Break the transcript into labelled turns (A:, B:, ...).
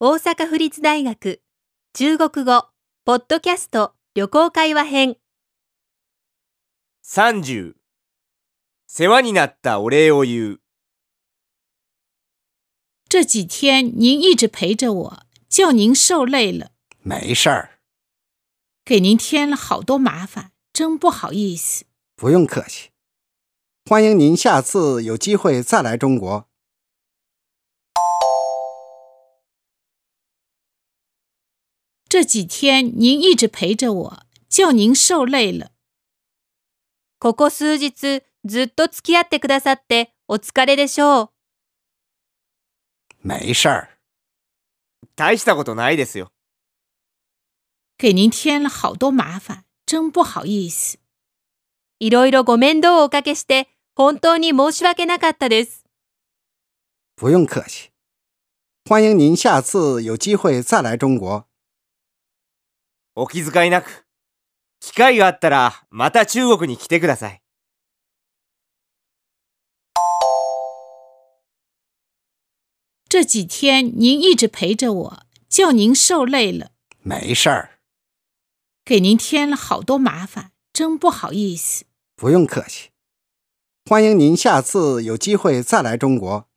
A: 大阪府立大学中国語ポッドキャスト旅行会話編
B: 30世話になったお礼を言う
C: 这几天您一直陪着我，叫您受累了，
D: 没事儿，
C: 给您添了好多麻烦，真不好意思。
D: 不用客气。欢迎您下次有机会再来中国。
C: 这几天您一直陪着我，叫您受累了，
A: ここ数日ずっと付き合ってくださってお疲れでしょう
D: 没事儿，
B: 大したことないですよ
C: 给您添了好多麻烦，真不好意思。
A: いろいろご面倒をおかけして本当に申し訳なかったです
D: 不用客气。欢迎您下次有机会再来中国。
B: お気遣いなく機会があったらまた中国に来てください
C: 这几天您一直陪着我，叫您受累了，
D: 没事儿，
C: 给您添了好多麻烦，真不好意思。
D: 不用客气。欢迎您下次有机会再来中国。